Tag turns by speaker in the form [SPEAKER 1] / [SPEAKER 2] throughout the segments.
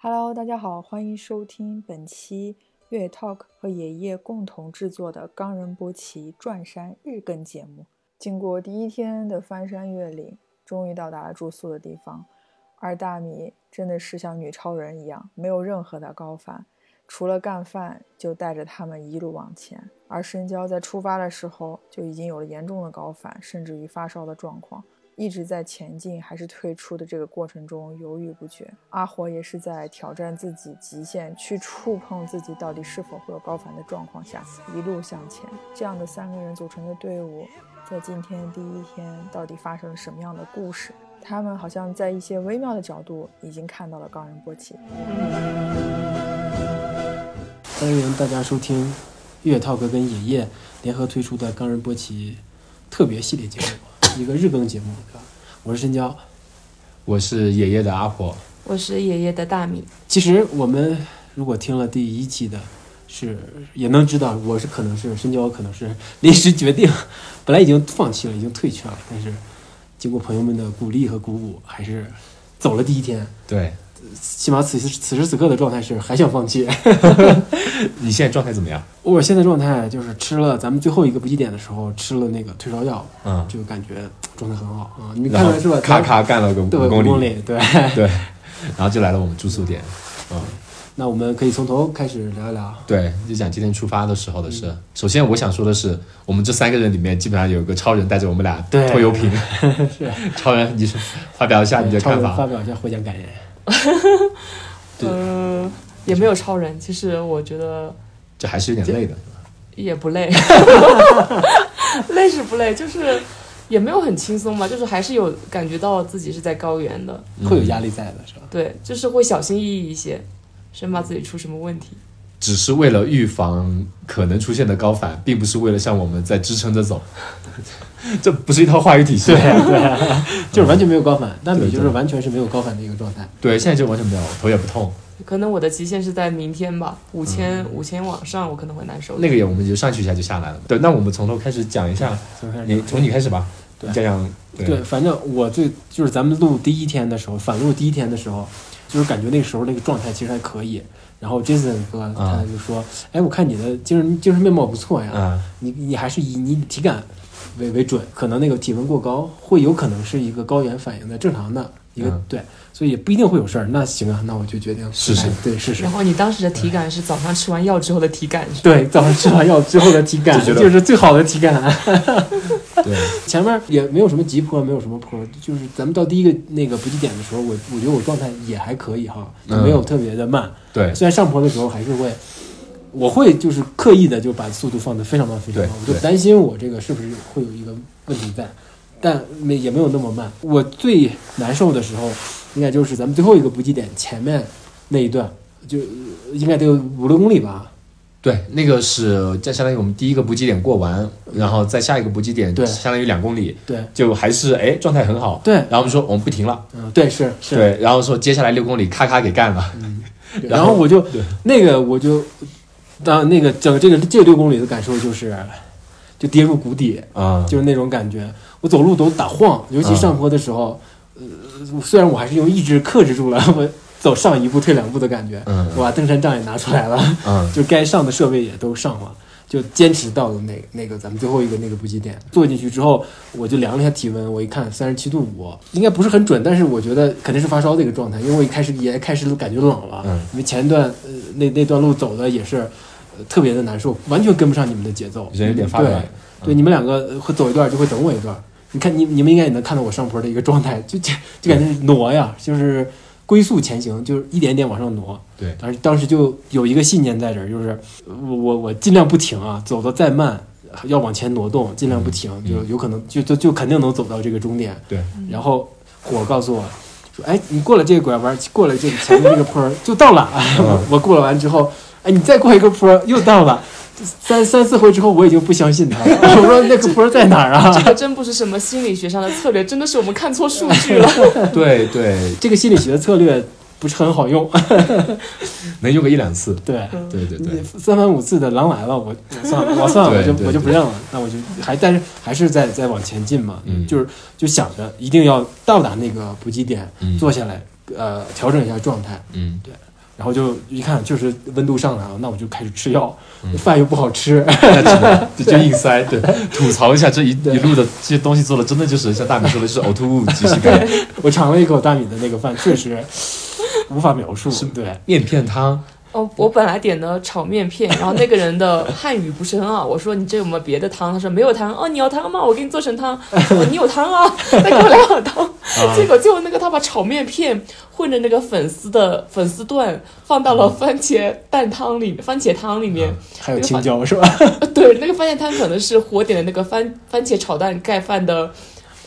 [SPEAKER 1] Hello，大家好，欢迎收听本期越野 Talk 和爷爷共同制作的冈仁波齐转山日更节目。经过第一天的翻山越岭，终于到达了住宿的地方。而大米真的是像女超人一样，没有任何的高反，除了干饭就带着他们一路往前。而深交在出发的时候就已经有了严重的高反，甚至于发烧的状况。一直在前进还是退出的这个过程中犹豫不决。阿火也是在挑战自己极限，去触碰自己到底是否会有高反的状况下，一路向前。这样的三个人组成的队伍，在今天第一天到底发生了什么样的故事？他们好像在一些微妙的角度已经看到了冈仁波齐。
[SPEAKER 2] 欢迎大家收听月涛哥跟爷爷联合推出的冈仁波齐特别系列节目，一个日更节目。是吧我是深交。
[SPEAKER 3] 我是爷爷的阿婆，
[SPEAKER 4] 我是爷爷的大米，
[SPEAKER 2] 其实我们如果听了第一期的，是也能知道我是可能是深交，可能是临时决定，本来已经放弃了，已经退圈了，但是经过朋友们的鼓励和鼓舞，还是走了第一天。
[SPEAKER 3] 对，
[SPEAKER 2] 起码此时此时此刻的状态是还想放弃。
[SPEAKER 3] 你现在状态怎么样？
[SPEAKER 2] 我现在状态就是吃了咱们最后一个补给点的时候吃了那个退烧药，
[SPEAKER 3] 嗯，
[SPEAKER 2] 就感觉状态很好啊、你
[SPEAKER 3] 然
[SPEAKER 2] 看
[SPEAKER 3] 后
[SPEAKER 2] 看是吧？
[SPEAKER 3] 咔咔干了个五
[SPEAKER 2] 对，
[SPEAKER 3] 公
[SPEAKER 2] 五
[SPEAKER 3] 里，
[SPEAKER 2] 公里，对。
[SPEAKER 3] 对，然后就来了我们住宿点，嗯，
[SPEAKER 2] 那我们可以从头开始聊一聊。
[SPEAKER 3] 对，就讲今天出发的时候的事。
[SPEAKER 2] 嗯
[SPEAKER 3] 首先我想说的是，我们这三个人里面基本上有个超人带着我们俩
[SPEAKER 2] 对
[SPEAKER 3] 拖油瓶，
[SPEAKER 2] 是，啊
[SPEAKER 3] 超人，你说发表一下你的
[SPEAKER 2] 超
[SPEAKER 3] 看
[SPEAKER 2] 人发
[SPEAKER 3] 法？
[SPEAKER 2] 表一下获奖感言。
[SPEAKER 3] 对
[SPEAKER 4] 嗯，也没有超人，其实我觉得
[SPEAKER 3] 这还是有点累的，
[SPEAKER 4] 也不累， 累是不累，就是也没有很轻松嘛，就是还是有感觉到自己是在高原的，
[SPEAKER 2] 会有压力在的是
[SPEAKER 3] 嗯
[SPEAKER 2] 吧？
[SPEAKER 4] 对，就是会小心翼翼一些，生怕自己出什么问题。
[SPEAKER 3] 只是为了预防可能出现的高反，并不是为了像我们在支撑着走， 这不是一套话语体系。
[SPEAKER 2] 就是完全没有高反，大米
[SPEAKER 3] 对
[SPEAKER 2] 就是
[SPEAKER 3] 对
[SPEAKER 2] 完全是没有高反的一个状态。
[SPEAKER 3] 对，现在就完全没有，头也不痛。
[SPEAKER 4] 可能我的极限是在明天吧，五千五千往上我可能会难受。
[SPEAKER 3] 嗯那个也我们就上去一下就下来了。对，那我们从头开始讲一下，
[SPEAKER 2] 从开始
[SPEAKER 3] 你从你开始吧，
[SPEAKER 2] 对
[SPEAKER 3] 你讲讲。
[SPEAKER 2] 对，反正我最就是咱们录第一天的时候，反录第一天的时候，就是感觉那个时候那个状态其实还可以。然后 Jason 哥他
[SPEAKER 3] 嗯
[SPEAKER 2] 就说：“哎，我看你的精神精神面貌不错呀，
[SPEAKER 3] 啊，
[SPEAKER 2] 你你还是以你体感为为准，可能那个体温过高会有可能是一个高原反应的正常的一个、
[SPEAKER 3] 嗯
[SPEAKER 2] 对，所以也不一定会有事儿。那行啊，那我就决定
[SPEAKER 3] 试试
[SPEAKER 2] 来对试试
[SPEAKER 4] 然。后你当时的体感是早上吃完药之后的体感，
[SPEAKER 2] 对，早上吃完药之后的体感
[SPEAKER 3] 就觉得
[SPEAKER 2] 就是最好的体感。
[SPEAKER 3] 对，
[SPEAKER 2] 前面也没有什么急坡，没有什么坡，就是咱们到第一个那个补给点的时候，我我觉得我状态也还可以哈，就
[SPEAKER 3] 嗯
[SPEAKER 2] 没有特别的慢。
[SPEAKER 3] 对，
[SPEAKER 2] 虽然上坡的时候还是会，我会就是刻意的就把速度放得非常慢非常慢，
[SPEAKER 3] 对
[SPEAKER 2] 我就
[SPEAKER 3] 对
[SPEAKER 2] 担心我这个是不是会有一个问题在，但没也没有那么慢。我最难受的时候，应该就是咱们最后一个补给点前面那一段，就呃应该得有五六公里吧。
[SPEAKER 3] 对，那个是就相当于我们第一个补给点过完，然后再下一个补给点，
[SPEAKER 2] 对
[SPEAKER 3] 相当于两公里，
[SPEAKER 2] 对
[SPEAKER 3] 就还是哎状态很好。
[SPEAKER 2] 对
[SPEAKER 3] 然后我们说我们不停了，
[SPEAKER 2] 嗯，对，是是。嗯
[SPEAKER 3] 对，然后说接下来六公里咔咔给干了，
[SPEAKER 2] 对
[SPEAKER 3] 然
[SPEAKER 2] 然
[SPEAKER 3] 后
[SPEAKER 2] 后我就
[SPEAKER 3] 对
[SPEAKER 2] 那个我就当那个整个这个这六公里的感受就是，就跌入谷底。
[SPEAKER 3] 啊，
[SPEAKER 2] 就是那种感觉，我走路都打晃，尤
[SPEAKER 3] 嗯
[SPEAKER 2] 其上坡的时候，呃，虽然我还是用意志克制住了我走上一步退两步的感觉，
[SPEAKER 3] 嗯
[SPEAKER 2] 我把登山杖也拿出来了，
[SPEAKER 3] 嗯，
[SPEAKER 2] 就该上的设备也都上了，就坚持到了那那个咱们最后一个那个补给点。坐进去之后，我就量了一下体温，我一看三十七度五，应该不是很准，但是我觉得肯定是发烧的一个状态，因为我一开始也开始感觉冷了，
[SPEAKER 3] 嗯
[SPEAKER 2] 因为前段呃那那段路走的也是。呃特别的难受，完全跟不上你们的节奏，嗯
[SPEAKER 3] 人有点发
[SPEAKER 2] 对
[SPEAKER 3] 软。
[SPEAKER 2] 对，你们两个呃会走一段就会等我一段。你看，你你们应该也能看到我上坡的一个状态，就就就感觉是挪呀，就是龟速前行，就是一点一点往上挪。
[SPEAKER 3] 对
[SPEAKER 2] 当时当时就有一个信念在这儿，就是呃我我我尽量不停啊，走得再慢要往前挪动，尽量不停，
[SPEAKER 3] 嗯
[SPEAKER 2] 就有可能就就就肯定能走到这个终点。
[SPEAKER 3] 对，
[SPEAKER 2] 然后火告诉我说：“哎，你过了这个拐弯，过了这个前面这个坡儿 就到了。
[SPEAKER 3] 嗯
[SPEAKER 2] 我” 我过了完之后，哎，你再过一个坡儿又到了。三三四回之后，我已经不相信他了。 我说那个坡儿在哪儿啊？
[SPEAKER 4] 这个真不是什么心理学上的策略，真的是我们看错数据了。
[SPEAKER 3] 对对，
[SPEAKER 2] 这个心理学策略不是很好用。
[SPEAKER 3] 能用个一两次，
[SPEAKER 2] 对，
[SPEAKER 3] 对对
[SPEAKER 2] 你
[SPEAKER 3] 对，
[SPEAKER 2] 三番五次的狼来了，我我算 了，我算了，我
[SPEAKER 3] 对
[SPEAKER 2] 就
[SPEAKER 3] 对
[SPEAKER 2] 我就不
[SPEAKER 3] 对
[SPEAKER 2] 认了。那我就还但是还是在在往前进嘛，
[SPEAKER 3] 嗯
[SPEAKER 2] 就是就想着一定要到达那个补给点，
[SPEAKER 3] 嗯
[SPEAKER 2] 坐下来，呃，调整一下状态。
[SPEAKER 3] 嗯，
[SPEAKER 2] 然后就一看就是温度上来了，那我就开始吃药，
[SPEAKER 3] 嗯
[SPEAKER 2] 饭又不好吃，
[SPEAKER 3] 那只能就就硬塞，对，吐槽一下这一一路的这些东西做的，真的就是像大米说的是呕吐物即视感，
[SPEAKER 2] 我尝了一口大米的那个饭，确实无法描述，对，
[SPEAKER 3] 面片汤，
[SPEAKER 4] 哦，我本来点的炒面片，然后那个人的汉语不是很好，我说你这有没有别的汤？他说没有汤。哦，你要汤吗？我给你做成汤。我说你有汤啊，再给我来碗汤。 结果最后那个他把炒面片混着那个粉丝的粉丝段放到了番茄蛋汤里，番茄汤里面。
[SPEAKER 2] 还有青椒是吧？
[SPEAKER 4] 对，那个番茄汤可能是火点的那个番番茄炒蛋盖饭的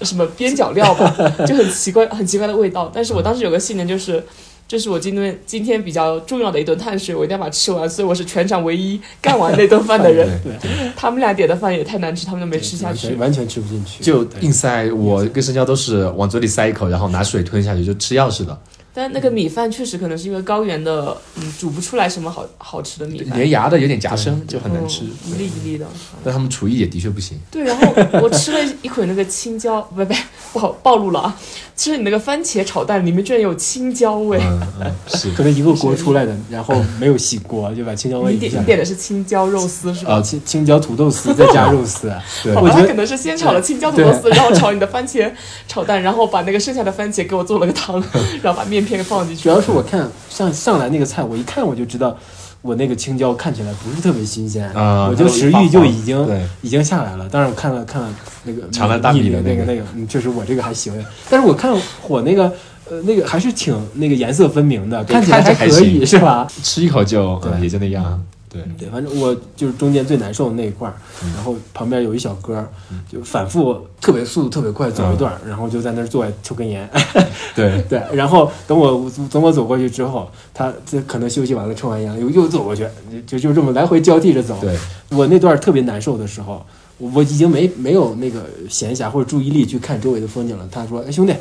[SPEAKER 4] 什么边角料吧，就很奇怪，很奇怪的味道。但是我当时有个信念就是。这是我今天今天比较重要的一顿碳水，我一定要把它吃完，所以我是全场唯一干完那顿饭的人。
[SPEAKER 3] 对
[SPEAKER 2] 对，
[SPEAKER 4] 他们俩点的饭也太难吃，他们都没吃下
[SPEAKER 2] 完全
[SPEAKER 4] 去。
[SPEAKER 2] 完全吃不进去，
[SPEAKER 3] 就
[SPEAKER 2] 对
[SPEAKER 3] 硬塞。我跟生椒都是往嘴里塞一口，然后拿水吞下去，就吃药似的，
[SPEAKER 4] 但那个米饭确实可能是因为高原的，嗯，煮不出来什么好好吃的米饭，
[SPEAKER 3] 粘牙的有点夹生，就很难吃。
[SPEAKER 4] 嗯一粒一粒的。
[SPEAKER 3] 但他们厨艺也的确不行，
[SPEAKER 4] 对，然后我吃了一口那个青椒，不不不好暴露了啊！吃了你那个番茄炒蛋，里面居然有青椒味。
[SPEAKER 3] 嗯嗯是
[SPEAKER 2] 可能一个锅出来的，然后没有洗锅，就把青椒味
[SPEAKER 4] 你
[SPEAKER 2] 一
[SPEAKER 4] 点
[SPEAKER 2] 下
[SPEAKER 4] 你，点的是青椒肉丝是吧？
[SPEAKER 2] 啊，青青椒土豆丝 再加肉丝，
[SPEAKER 3] 对
[SPEAKER 4] 好
[SPEAKER 2] 我
[SPEAKER 4] 吧，
[SPEAKER 2] 觉
[SPEAKER 4] 他
[SPEAKER 2] 得
[SPEAKER 4] 可能是先炒了青椒土豆丝，然后炒你的番茄炒蛋，然后把那个剩下的番茄给我做了个汤，然后把面片给放进去。
[SPEAKER 2] 主要是我看上上来那个菜，我一看我就知道，我那个青椒看起来不是特别新鲜，
[SPEAKER 3] 啊
[SPEAKER 2] 我就食欲就已经
[SPEAKER 3] 对，
[SPEAKER 2] 已经下来了。当然我看了看了那个
[SPEAKER 3] 尝了大米的
[SPEAKER 2] 那
[SPEAKER 3] 那个
[SPEAKER 2] 那个，嗯，确实我这个还行，但是我看火那个。呃，那个还是挺那个颜色分明的，
[SPEAKER 3] 对
[SPEAKER 2] 看起来
[SPEAKER 3] 看着还
[SPEAKER 2] 可以
[SPEAKER 3] 行
[SPEAKER 2] 是吧？
[SPEAKER 3] 吃一口就
[SPEAKER 2] 对
[SPEAKER 3] 嗯也就那样，对，
[SPEAKER 2] 对，反正我就是中间最难受的那一块儿，
[SPEAKER 3] 嗯
[SPEAKER 2] 然后旁边有一小哥儿，就反复特别速度特别快走一段儿，
[SPEAKER 3] 嗯
[SPEAKER 2] 然后就在那儿坐抽根烟，
[SPEAKER 3] 对，
[SPEAKER 2] 对，然后等我等我走过去之后，他这可能休息完了抽完烟了，又又走过去，就就这么来回交替着走。
[SPEAKER 3] 对，
[SPEAKER 2] 我那段特别难受的时候，我我已经没没有那个闲暇或者注意力去看周围的风景了。他说：“哎，兄弟，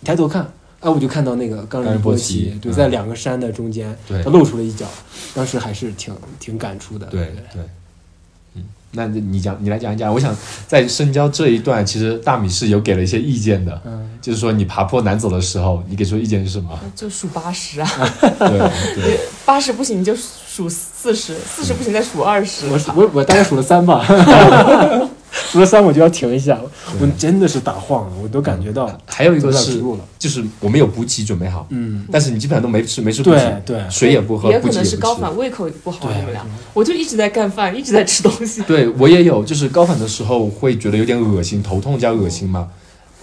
[SPEAKER 2] 你抬头看。”哎，我就看到那个冈
[SPEAKER 3] 冈
[SPEAKER 2] 仁
[SPEAKER 3] 仁
[SPEAKER 2] 波
[SPEAKER 3] 波
[SPEAKER 2] 齐
[SPEAKER 3] 齐，
[SPEAKER 2] 对，
[SPEAKER 3] 嗯
[SPEAKER 2] 在两个山的中间，
[SPEAKER 3] 对
[SPEAKER 2] 他露出了一角，当时还是挺挺感触的。
[SPEAKER 3] 对对，嗯，那你讲，你来讲一讲。我想在深交这一段，其实大米是有给了一些意见的，
[SPEAKER 2] 嗯，
[SPEAKER 3] 就是说你爬坡难走的时候，你给出意见是什么？
[SPEAKER 4] 就数八十啊，
[SPEAKER 3] 对对，
[SPEAKER 4] 八十不行你就数四十，四十不行再数二十。
[SPEAKER 2] 我数我我大概数了三 吧，数了三我就要停一下，我真的是打晃了，我都感觉到
[SPEAKER 3] 还有一
[SPEAKER 2] 走
[SPEAKER 3] 个
[SPEAKER 2] 到
[SPEAKER 3] 是
[SPEAKER 2] 植，物了。
[SPEAKER 3] 就是我们有补给准备好，
[SPEAKER 2] 嗯，
[SPEAKER 3] 但是你基本上都没吃，没吃补
[SPEAKER 2] 对
[SPEAKER 3] 给，
[SPEAKER 2] 对
[SPEAKER 3] 水也不喝，
[SPEAKER 4] 也
[SPEAKER 3] 补
[SPEAKER 4] 可
[SPEAKER 3] 给
[SPEAKER 4] 能
[SPEAKER 3] 也
[SPEAKER 4] 是
[SPEAKER 3] 不
[SPEAKER 4] 高
[SPEAKER 3] 吃。
[SPEAKER 4] 反胃口不好，你们
[SPEAKER 2] 对
[SPEAKER 4] 俩，，我就一直在干饭，一直在吃东西。
[SPEAKER 3] 对我也有，就是高反的时候会觉得有点恶心，头痛加恶心
[SPEAKER 4] 哦
[SPEAKER 3] 嘛。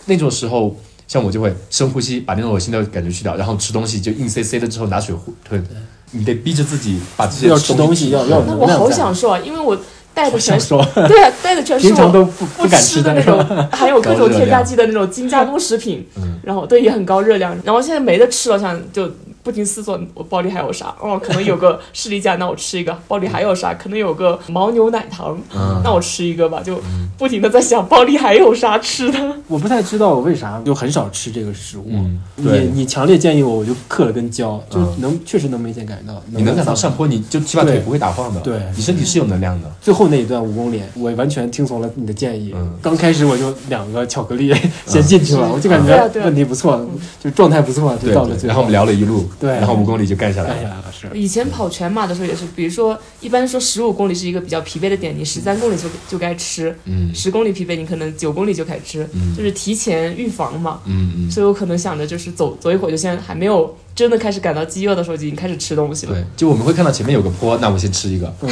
[SPEAKER 3] 那种时候，像我就会深呼吸，把那种恶心的感觉去掉，然后吃东西就硬塞塞了之后拿水吞。你得逼着自己把这些嗯
[SPEAKER 2] 要吃东西要要
[SPEAKER 4] 那
[SPEAKER 2] 能
[SPEAKER 4] 我
[SPEAKER 2] 量
[SPEAKER 4] 好
[SPEAKER 2] 在
[SPEAKER 4] 享受啊，因为我带的
[SPEAKER 2] 好享
[SPEAKER 4] 全是
[SPEAKER 2] 受，
[SPEAKER 4] 对啊，带的全是
[SPEAKER 2] 平常
[SPEAKER 4] 我
[SPEAKER 2] 都不
[SPEAKER 4] 不
[SPEAKER 2] 敢
[SPEAKER 4] 吃
[SPEAKER 2] 的
[SPEAKER 4] 的那
[SPEAKER 2] 是吧
[SPEAKER 4] 种，还有各
[SPEAKER 3] 高
[SPEAKER 4] 种
[SPEAKER 3] 热
[SPEAKER 4] 添加
[SPEAKER 3] 量
[SPEAKER 4] 剂的那种精加工食品，
[SPEAKER 3] 嗯
[SPEAKER 4] 然后对也很高热量。然后现在没得吃了，想就不停思索我包里还有啥？哦，可能 有个士力架，那我吃一个；包里还有啥？可能有个牦牛奶糖，
[SPEAKER 3] 嗯
[SPEAKER 4] 那我吃一个吧。就
[SPEAKER 2] 嗯
[SPEAKER 4] 不停的在想包里还有啥吃的。
[SPEAKER 2] 我不太知道我为啥就很少吃这个食物。
[SPEAKER 3] 嗯
[SPEAKER 2] 你
[SPEAKER 3] 对
[SPEAKER 2] 你强烈建议我，我就嗑了根胶，就
[SPEAKER 3] 嗯
[SPEAKER 2] 能、确实能明显感觉到，
[SPEAKER 3] 你能感到上坡，你就起码
[SPEAKER 2] 对
[SPEAKER 3] 腿不会打晃的，
[SPEAKER 2] 对
[SPEAKER 3] 你身体是有能量的。
[SPEAKER 2] 最后那一段五公里，我完全听从了你的建议。
[SPEAKER 3] 嗯
[SPEAKER 2] 刚开始我就两个巧 克力先进去了，我就感
[SPEAKER 4] 对啊
[SPEAKER 2] 觉
[SPEAKER 4] 对啊
[SPEAKER 2] 问题不错，就状态不错，就
[SPEAKER 3] 对
[SPEAKER 2] 到了，
[SPEAKER 3] 对
[SPEAKER 2] 最
[SPEAKER 3] 然后我
[SPEAKER 2] 后
[SPEAKER 3] 们。啊聊了一路，
[SPEAKER 2] 对
[SPEAKER 3] 然后五公里就干下来
[SPEAKER 2] 哎
[SPEAKER 3] 了。
[SPEAKER 2] 呀，是
[SPEAKER 4] 以前跑全马的时候也是，比如说一般说十五公里是一个比较疲惫的点，你十三公里就就该吃，
[SPEAKER 3] 嗯
[SPEAKER 4] 十公里疲惫你可能九公里就开始吃，
[SPEAKER 3] 嗯
[SPEAKER 4] 就是提前预防嘛。
[SPEAKER 3] 嗯嗯，
[SPEAKER 4] 所以我可能想着就是走走一会儿，就现在还没有真的开始感到饥饿的时候，就已经开始吃东西了。
[SPEAKER 3] 对，就我们会看到前面有个坡，那我先吃一个。
[SPEAKER 2] 嗯，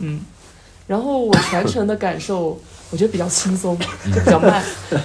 [SPEAKER 4] 嗯，然后我全程的感受，我觉得比较轻松，就比较慢。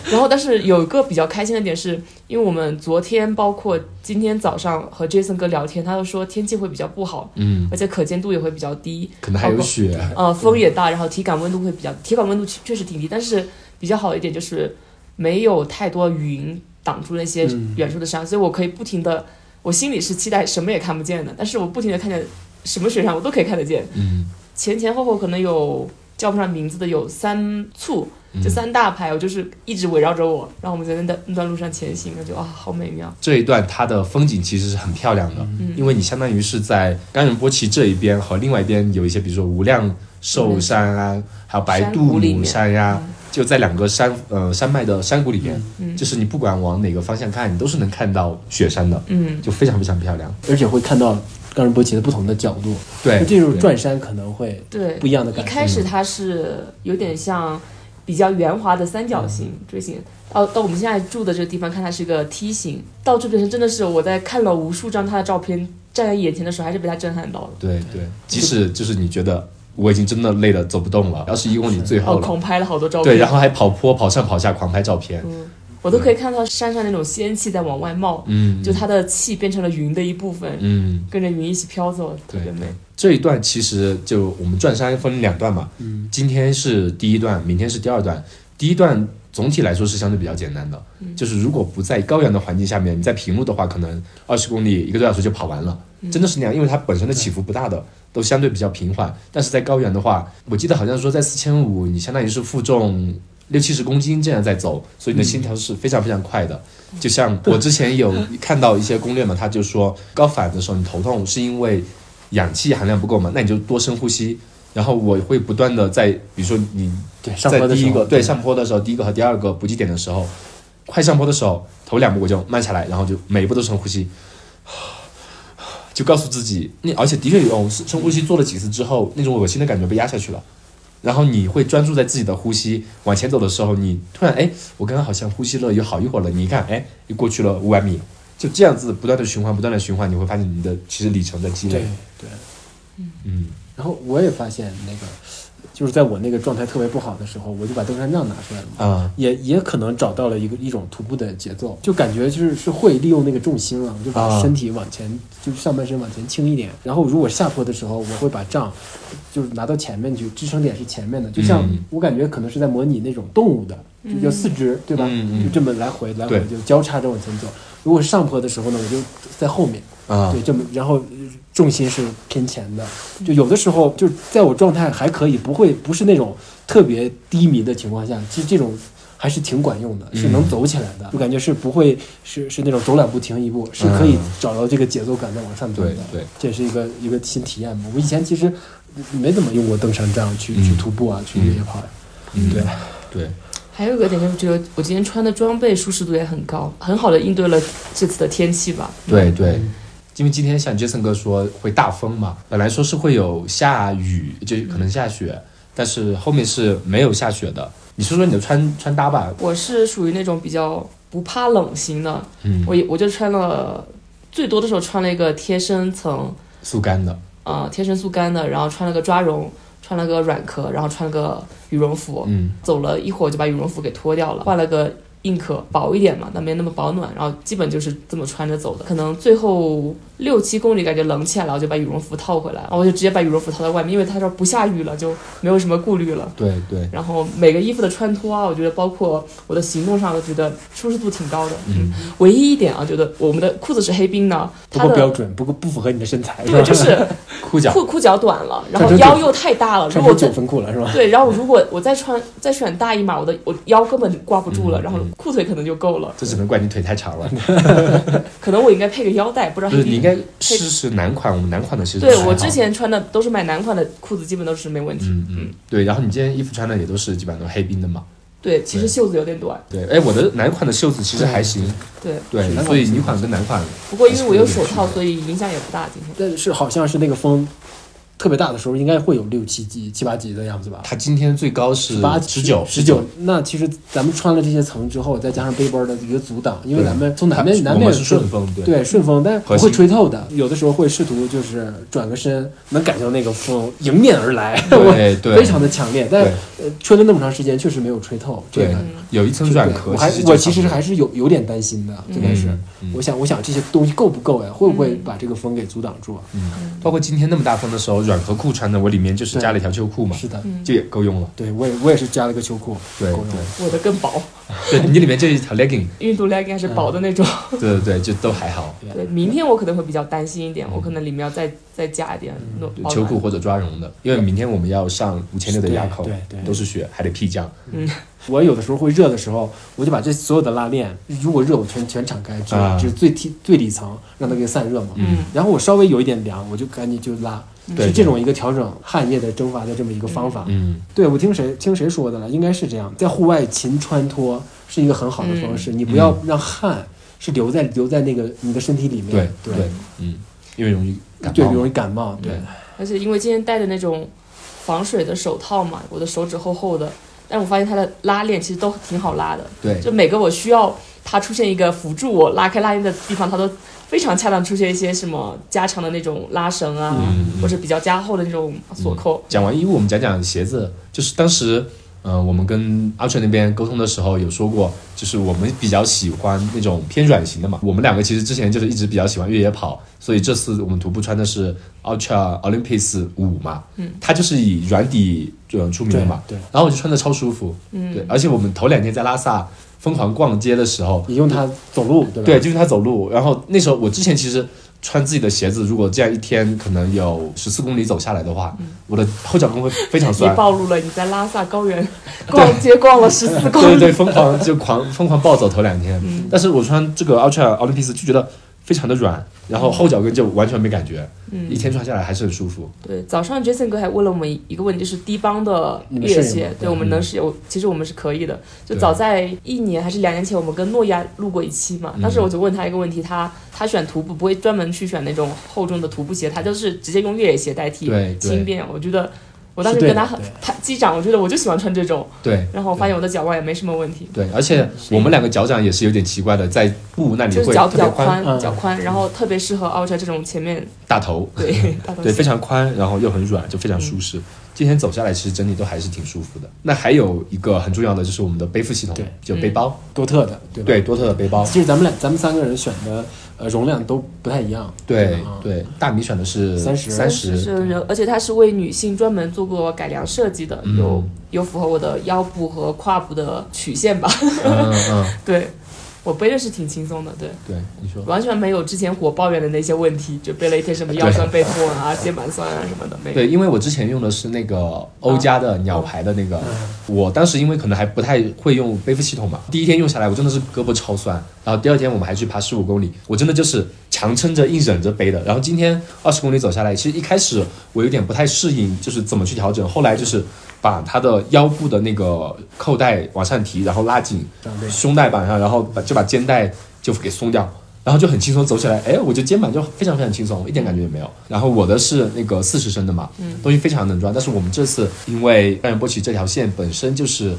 [SPEAKER 4] 然后但是有一个比较开心的点是，因为我们昨天包括今天早上和 Jason 哥聊天，他就说天气会比较不好，
[SPEAKER 3] 嗯，
[SPEAKER 4] 而且可见度也会比较低，
[SPEAKER 3] 可能还有雪。
[SPEAKER 4] 呃，风也大，然后体感温度会比较，体感温度确确实挺低，但是比较好一点就是没有太多云挡住那些
[SPEAKER 2] 嗯
[SPEAKER 4] 远处的山，所以我可以不停的，我心里是期待什么也看不见的，但是我不停的看见什么雪山我都可以看得见，
[SPEAKER 3] 嗯，
[SPEAKER 4] 前前后后可能有叫不上名字的有三簇，
[SPEAKER 3] 嗯
[SPEAKER 4] 这三大排，我就是一直围绕着我，然后我们在那段那段路上前行，感觉啊好美妙，
[SPEAKER 3] 这一段它的风景其实是很漂亮的，
[SPEAKER 4] 嗯
[SPEAKER 3] 因为你相当于是在冈仁波齐这一边和另外一边有一些，比如说无量寿山啊，还有白
[SPEAKER 4] 山
[SPEAKER 3] 度
[SPEAKER 4] 嗯谷里
[SPEAKER 3] 母
[SPEAKER 4] 面
[SPEAKER 3] 山呀、
[SPEAKER 4] 嗯
[SPEAKER 3] 就在两个山呃山脉的山谷里面，
[SPEAKER 4] 嗯
[SPEAKER 3] 就是你不管往哪个方向看，你都是能看到雪山的，
[SPEAKER 4] 嗯，
[SPEAKER 3] 就非常非常漂亮。
[SPEAKER 2] 而且会看到冈仁波齐的不同的角度。
[SPEAKER 3] 对，
[SPEAKER 2] 这种
[SPEAKER 3] 对
[SPEAKER 2] 转山可能会
[SPEAKER 4] 对，
[SPEAKER 2] 不一样的感
[SPEAKER 4] 一
[SPEAKER 2] 受
[SPEAKER 4] 开始
[SPEAKER 3] 嗯
[SPEAKER 4] 它是有点像比较圆滑的三角
[SPEAKER 3] 嗯
[SPEAKER 4] 形锥形，到到我们现在住的这个地方看它是个梯形，到这边真的是我在看了无数张它的照片，站在眼前的时候还是被它震撼到了。
[SPEAKER 3] 对对，即使就是你觉得我已经真的累了，走不动了，二十一公里最
[SPEAKER 4] 哦，
[SPEAKER 3] 后了，
[SPEAKER 4] 狂拍了好多照片。
[SPEAKER 3] 对，然后还跑坡、跑上、跑下，狂拍照片，
[SPEAKER 4] 嗯，我都可以看到山上那种仙气在往外冒，
[SPEAKER 3] 嗯，
[SPEAKER 4] 就它的气变成了云的一部分，
[SPEAKER 3] 嗯。
[SPEAKER 4] 跟着云一起飘走，特别
[SPEAKER 3] 对
[SPEAKER 4] 美。
[SPEAKER 3] 这一段其实就我们转山分两段嘛，嗯，今天是第一段，明天是第二段。第一段总体来说是相对比较简单的，就是如果不在高原的环境下面，你在平路的话，可能二十公里一个多小时就跑完了，真的是那样，因为它本身的起伏不大的，都相对比较平缓。但是在高原的话，我记得好像说在四千五，你相当于是负重。六七十公斤这样在走，所以你的心跳是非常非常快的。就像我之前有看到一些攻略嘛，他就说高反的时候你头痛是因为氧气含量不够嘛，那你就多深呼吸。然后我会不断的在，比如说你
[SPEAKER 2] 对上
[SPEAKER 3] 在
[SPEAKER 2] 坡的
[SPEAKER 3] 第
[SPEAKER 2] 时
[SPEAKER 3] 一
[SPEAKER 2] 候，嗯
[SPEAKER 3] 个对上坡的时候，第一个和第二个补给点的时候，快上坡的时候，头两步我就慢下来，然后就每一步都深呼吸，就告诉自己，那而且的确有深深呼吸做了几次之后，那种恶心的感觉被压下去了。然后你会专注在自己的呼吸，往前走的时候，你突然哎，我刚刚好像呼吸了有好一会儿了，你一看哎，又过去了五百米，就这样子不断的循环，不断的循环，你会发现你的其实里程在积
[SPEAKER 2] 对
[SPEAKER 3] 累。
[SPEAKER 2] 对。
[SPEAKER 3] 嗯，
[SPEAKER 2] 然后我也发现那个，就是在我那个状态特别不好的时候，我就把登山杖拿出来了嘛，
[SPEAKER 3] 啊、
[SPEAKER 2] 也也可能找到了一个一种徒步的节奏，就感觉就是是会利用那个重心了，我就把
[SPEAKER 3] 啊
[SPEAKER 2] 身体往前，就是上半身往前倾一点。然后如果下坡的时候，我会把杖就是拿到前面去，支撑点是前面的，就像
[SPEAKER 3] 嗯
[SPEAKER 2] 我感觉可能是在模拟那种动物的，就叫四肢，对吧？
[SPEAKER 3] 嗯嗯
[SPEAKER 2] 就这么来回来回
[SPEAKER 3] 对
[SPEAKER 2] 就交叉着往前走。如果是上坡的时候呢，我就在后面。
[SPEAKER 3] 啊，
[SPEAKER 2] 对，这么然后呃重心是偏前的，就有的时候就在我状态还可以，不会不是那种特别低迷的情况下，其实这种还是挺管用的，是能
[SPEAKER 3] 嗯
[SPEAKER 2] 走起来的，就感觉是不会是是那种走两步停一步，是可以找到这个节奏感再往上走的。
[SPEAKER 3] 嗯对对，
[SPEAKER 2] 这也是一个一个新体验嘛。我以前其实没怎么用过登山杖去、去
[SPEAKER 3] 嗯
[SPEAKER 2] 徒步啊，去
[SPEAKER 3] 嗯
[SPEAKER 2] 越野跑呀、
[SPEAKER 3] 嗯
[SPEAKER 2] 对
[SPEAKER 3] 对，
[SPEAKER 4] 还有一个点就是觉得我今天穿的装备舒适度也很高，很好的应对了这次的天气吧。
[SPEAKER 3] 对对
[SPEAKER 2] 嗯，
[SPEAKER 3] 因为今天像杰森哥说会大风嘛，本来说是会有下雨，就可能下雪，但是后面是没有下雪的。你说说你的穿穿搭吧，
[SPEAKER 4] 我是属于那种比较不怕冷型的，
[SPEAKER 3] 嗯，
[SPEAKER 4] 我也我就穿了最多的时候穿了一个贴身层，
[SPEAKER 3] 速干的，
[SPEAKER 4] 呃，贴身速干的，然后穿了个抓绒，穿了个软壳，然后穿了个羽绒服，
[SPEAKER 3] 嗯
[SPEAKER 4] 走了一会儿就把羽绒服给脱掉了，换了个硬壳，薄一点嘛，但没那么保暖，然后基本就是这么穿着走的。可能最后六七公里感觉冷起来了，我就把羽绒服套回来，然后我就直接把羽绒服套在外面，因为他说不下雨了，就没有什么顾虑了。
[SPEAKER 3] 对对，
[SPEAKER 4] 然后每个衣服的穿脱啊，我觉得包括我的行动上，我觉得舒适度挺高的。
[SPEAKER 3] 嗯，
[SPEAKER 4] 唯一一点啊，觉得我们的裤子是黑冰的，
[SPEAKER 2] 不
[SPEAKER 4] 它
[SPEAKER 2] 够标
[SPEAKER 4] 的
[SPEAKER 2] 准，不够不符合你的身材，
[SPEAKER 4] 对
[SPEAKER 2] 吧？
[SPEAKER 4] 就是
[SPEAKER 3] 裤 脚，
[SPEAKER 4] 裤裤脚短了，然后
[SPEAKER 2] 穿成
[SPEAKER 4] 腰
[SPEAKER 2] 九
[SPEAKER 4] 又太大了。如
[SPEAKER 2] 穿
[SPEAKER 4] 果
[SPEAKER 2] 成
[SPEAKER 4] 我再
[SPEAKER 2] 九分裤了是吧？
[SPEAKER 4] 对，然后如果我再穿再选大一码，我的我腰根本挂不住了，
[SPEAKER 3] 嗯
[SPEAKER 4] 然后裤腿可能就够了。
[SPEAKER 3] 这只能怪你腿太 长了。
[SPEAKER 4] 可能我应该配个腰带，不知道
[SPEAKER 3] 不是，
[SPEAKER 4] 黑
[SPEAKER 3] 你
[SPEAKER 4] 冰
[SPEAKER 3] 应 该试试男款，我们男款的其实
[SPEAKER 4] 对
[SPEAKER 3] 还好
[SPEAKER 4] 我之，前穿的都是买男款的裤子，基本都是没问题。
[SPEAKER 3] 嗯嗯，对，然后你今天衣服穿的也都是基本上都是黑冰的嘛。
[SPEAKER 4] 对，其实袖子有点短。
[SPEAKER 3] 对，哎，我的男款的袖子其实还行，
[SPEAKER 4] 对，
[SPEAKER 3] 对，
[SPEAKER 2] 男款
[SPEAKER 3] 所以女款跟男款，
[SPEAKER 4] 不过因为我有手套，所以影响也不大。今天
[SPEAKER 2] 但是好像是那个风特别大的时候，应该会有六七级、七八级的样子吧？
[SPEAKER 3] 它今天最高是
[SPEAKER 2] 八
[SPEAKER 3] 十九，
[SPEAKER 2] 十九。那其实咱们穿了这些层之后，再加上背包的一个阻挡，因为
[SPEAKER 3] 对啊
[SPEAKER 2] 咱们从
[SPEAKER 3] 它
[SPEAKER 2] 南边南
[SPEAKER 3] 我
[SPEAKER 2] 边
[SPEAKER 3] 们是顺风，对
[SPEAKER 2] 对顺风，但不
[SPEAKER 3] 核
[SPEAKER 2] 会
[SPEAKER 3] 心
[SPEAKER 2] 吹透的。有的时候会试图就是转个身，能感觉到那个风迎面而来， 我
[SPEAKER 3] 对对，
[SPEAKER 2] 非常的强烈。但
[SPEAKER 3] 对
[SPEAKER 2] 呃吹了那么长时间，确实没有吹透这
[SPEAKER 3] 对
[SPEAKER 2] 个。
[SPEAKER 3] 有一层软壳。
[SPEAKER 2] 我还
[SPEAKER 3] 实
[SPEAKER 2] 我
[SPEAKER 3] 就
[SPEAKER 2] 其实
[SPEAKER 3] 差不多
[SPEAKER 2] 还是有有点担心的，最开始。
[SPEAKER 3] 嗯嗯
[SPEAKER 2] 我想，我想这些东西够不够呀？会不会
[SPEAKER 4] 嗯
[SPEAKER 2] 把这个风给阻挡住啊？
[SPEAKER 3] 嗯，包括今天那么大风的时候，软壳裤穿的，我里面就是加了一条秋裤嘛，
[SPEAKER 2] 是的，
[SPEAKER 4] 嗯
[SPEAKER 3] 就也够用了。
[SPEAKER 2] 对我也我也是加了个秋裤，
[SPEAKER 3] 对
[SPEAKER 2] 够用了
[SPEAKER 4] 我的更薄，
[SPEAKER 3] 对，你里面就一条 legging，
[SPEAKER 4] 运动量应该是薄的那种。
[SPEAKER 3] 对对对，就都还好，
[SPEAKER 2] 对
[SPEAKER 4] 对，明天我可能会比较担心一点，我可能里面要再再加一点暖保暖
[SPEAKER 3] 嗯秋裤。或者抓绒的，因为明天我们要上五千六的垭口
[SPEAKER 2] 对对，对
[SPEAKER 3] 都是雪，还得披降。
[SPEAKER 4] 嗯，
[SPEAKER 2] 我有的时候会热的时候，我就把这所有的拉链，如果热我全全敞开，只
[SPEAKER 3] 啊
[SPEAKER 2] 只最底最底层，让它给散热嘛。
[SPEAKER 4] 嗯
[SPEAKER 2] 然后我稍微有一点凉，我就赶紧就拉，
[SPEAKER 3] 对
[SPEAKER 2] 嗯是这种一个调整汗液的蒸发的这么一个方法。
[SPEAKER 3] 嗯，
[SPEAKER 2] 对，我听谁听谁说的了，应该是这样，在户外勤穿脱是一个很好的方
[SPEAKER 3] 嗯
[SPEAKER 2] 式，你不要让汗是留在留在那个你的身体里面，
[SPEAKER 3] 对
[SPEAKER 2] 对
[SPEAKER 3] 对，嗯，因为容易感
[SPEAKER 2] 对
[SPEAKER 3] 冒，
[SPEAKER 2] 容易感冒，对
[SPEAKER 3] 对
[SPEAKER 4] 而且因为今天戴的那种防水的手套嘛，我的手指厚厚的，但我发现它的拉链其实都挺好拉的，
[SPEAKER 3] 对
[SPEAKER 4] 就每个我需要它出现一个辅助我拉开拉链的地方，它都非常恰当出现一些什么加长的那种拉绳啊，
[SPEAKER 3] 嗯嗯
[SPEAKER 4] 或者比较加厚的那种锁扣。
[SPEAKER 3] 讲完衣物，我们讲讲鞋子。就是当时，嗯、我们跟阿纯那边沟通的时候有说过，就是我们比较喜欢那种偏软型的嘛。我们两个其实之前就是一直比较喜欢越野跑，所以这次我们徒步穿的是 Ultra Olympics 五嘛，嗯，它就是以软底呃出名的嘛，
[SPEAKER 2] 嗯对对
[SPEAKER 3] 然后我就穿的超舒服，嗯，对。而且我们头两天在拉萨疯狂逛街的时候，
[SPEAKER 2] 你用它走路，对吧？
[SPEAKER 3] 对，就是他走路。然后那时候我之前其实穿自己的鞋子，如果这样一天可能有十四公里走下来的话，
[SPEAKER 4] 嗯
[SPEAKER 3] 我的后脚跟会非常
[SPEAKER 4] 你
[SPEAKER 3] 酸。
[SPEAKER 4] 暴露了你在拉萨高 原逛街逛了十四公
[SPEAKER 3] 对对
[SPEAKER 4] 里，
[SPEAKER 3] 对，疯狂就狂疯狂暴走头两天，
[SPEAKER 4] 嗯
[SPEAKER 3] 但是我穿这个 Ultra Olympics 就觉得非常的软，然
[SPEAKER 4] 嗯
[SPEAKER 3] 后后脚跟就完全没感觉，一天穿下来还是很舒服。
[SPEAKER 4] 对，早上 Jason 哥还问了我们一个问题，就是低帮的
[SPEAKER 2] 你们
[SPEAKER 4] 越野
[SPEAKER 2] 适应
[SPEAKER 4] 鞋
[SPEAKER 2] 吗，
[SPEAKER 4] 对我们能使用，其实我们是可以的。就
[SPEAKER 3] 嗯对
[SPEAKER 4] 早在一年还是两年前，我们跟诺亚录过一期
[SPEAKER 3] 嗯
[SPEAKER 4] 嘛，当时我就问他一个问题，他他选徒步不会专门去选那种厚重的徒步鞋，他就是直接用越野鞋代替
[SPEAKER 3] 对，对
[SPEAKER 4] 轻便。我觉得我当时
[SPEAKER 2] 是对
[SPEAKER 4] 跟
[SPEAKER 2] 的
[SPEAKER 4] 他很
[SPEAKER 2] 对
[SPEAKER 4] 他击掌，我觉得我就喜欢穿这种，
[SPEAKER 3] 对
[SPEAKER 4] 然后我发现我的脚腕也没什么问题，
[SPEAKER 3] 对，而且我们两个脚掌也是有点奇怪的，在布那里
[SPEAKER 4] 就是
[SPEAKER 3] 会
[SPEAKER 4] 脚比
[SPEAKER 3] 特别
[SPEAKER 4] 较宽，
[SPEAKER 2] 嗯
[SPEAKER 4] 脚宽，然后特别适合 Ultra 这种前面
[SPEAKER 3] 大头，
[SPEAKER 4] 对大东
[SPEAKER 3] 对，
[SPEAKER 4] 西
[SPEAKER 3] 非常宽，然后又很软，就非常舒适。今天走下来，其实整体都还是挺舒服的。那还有一个很重要的就是我们的背负系统
[SPEAKER 2] 对，
[SPEAKER 3] 就背包，
[SPEAKER 2] 多特的，对吧？
[SPEAKER 3] 对，多特的背包，
[SPEAKER 2] 其实咱们俩咱们三个人选的呃容量都不太一样，
[SPEAKER 3] 对
[SPEAKER 2] 啊
[SPEAKER 3] 对，大米选的是
[SPEAKER 2] 30
[SPEAKER 3] 嗯三
[SPEAKER 4] 是
[SPEAKER 3] 十，
[SPEAKER 4] 是，而且它是为女性专门做过改良设计的，有
[SPEAKER 3] 嗯
[SPEAKER 4] 有符合我的腰部和胯部的曲线吧？
[SPEAKER 3] 嗯 嗯，
[SPEAKER 4] 对，我背的是挺轻松的，对，
[SPEAKER 3] 对，你说，
[SPEAKER 4] 完全没有之前火抱怨的那些问题，就背了一天什么腰酸背痛啊、肩膀酸啊什么的，没有。
[SPEAKER 3] 对，因为我之前用的是那个欧家的鸟牌的那个，我当时因为可能还不太会用背负系统嘛，第一天用下来我真的是胳膊超酸，然后第二天我们还去爬十五公里，我真的就是强撑着硬忍着背的，然后今天二十公里走下来，其实一开始我有点不太适应，就是怎么去调整，后来就是把它的腰部的那个扣带往上提，然后拉紧，
[SPEAKER 2] 这啊样对。
[SPEAKER 3] 胸带绑上，然后把就把肩带就给松掉，然后就很轻松走起来。哎，我就肩膀就非常非常轻松，一点感觉也没有。然后我的是那个四十升的嘛，
[SPEAKER 2] 嗯
[SPEAKER 3] 东西非常能装。但是我们这次因为甘源波奇这条线本身就是、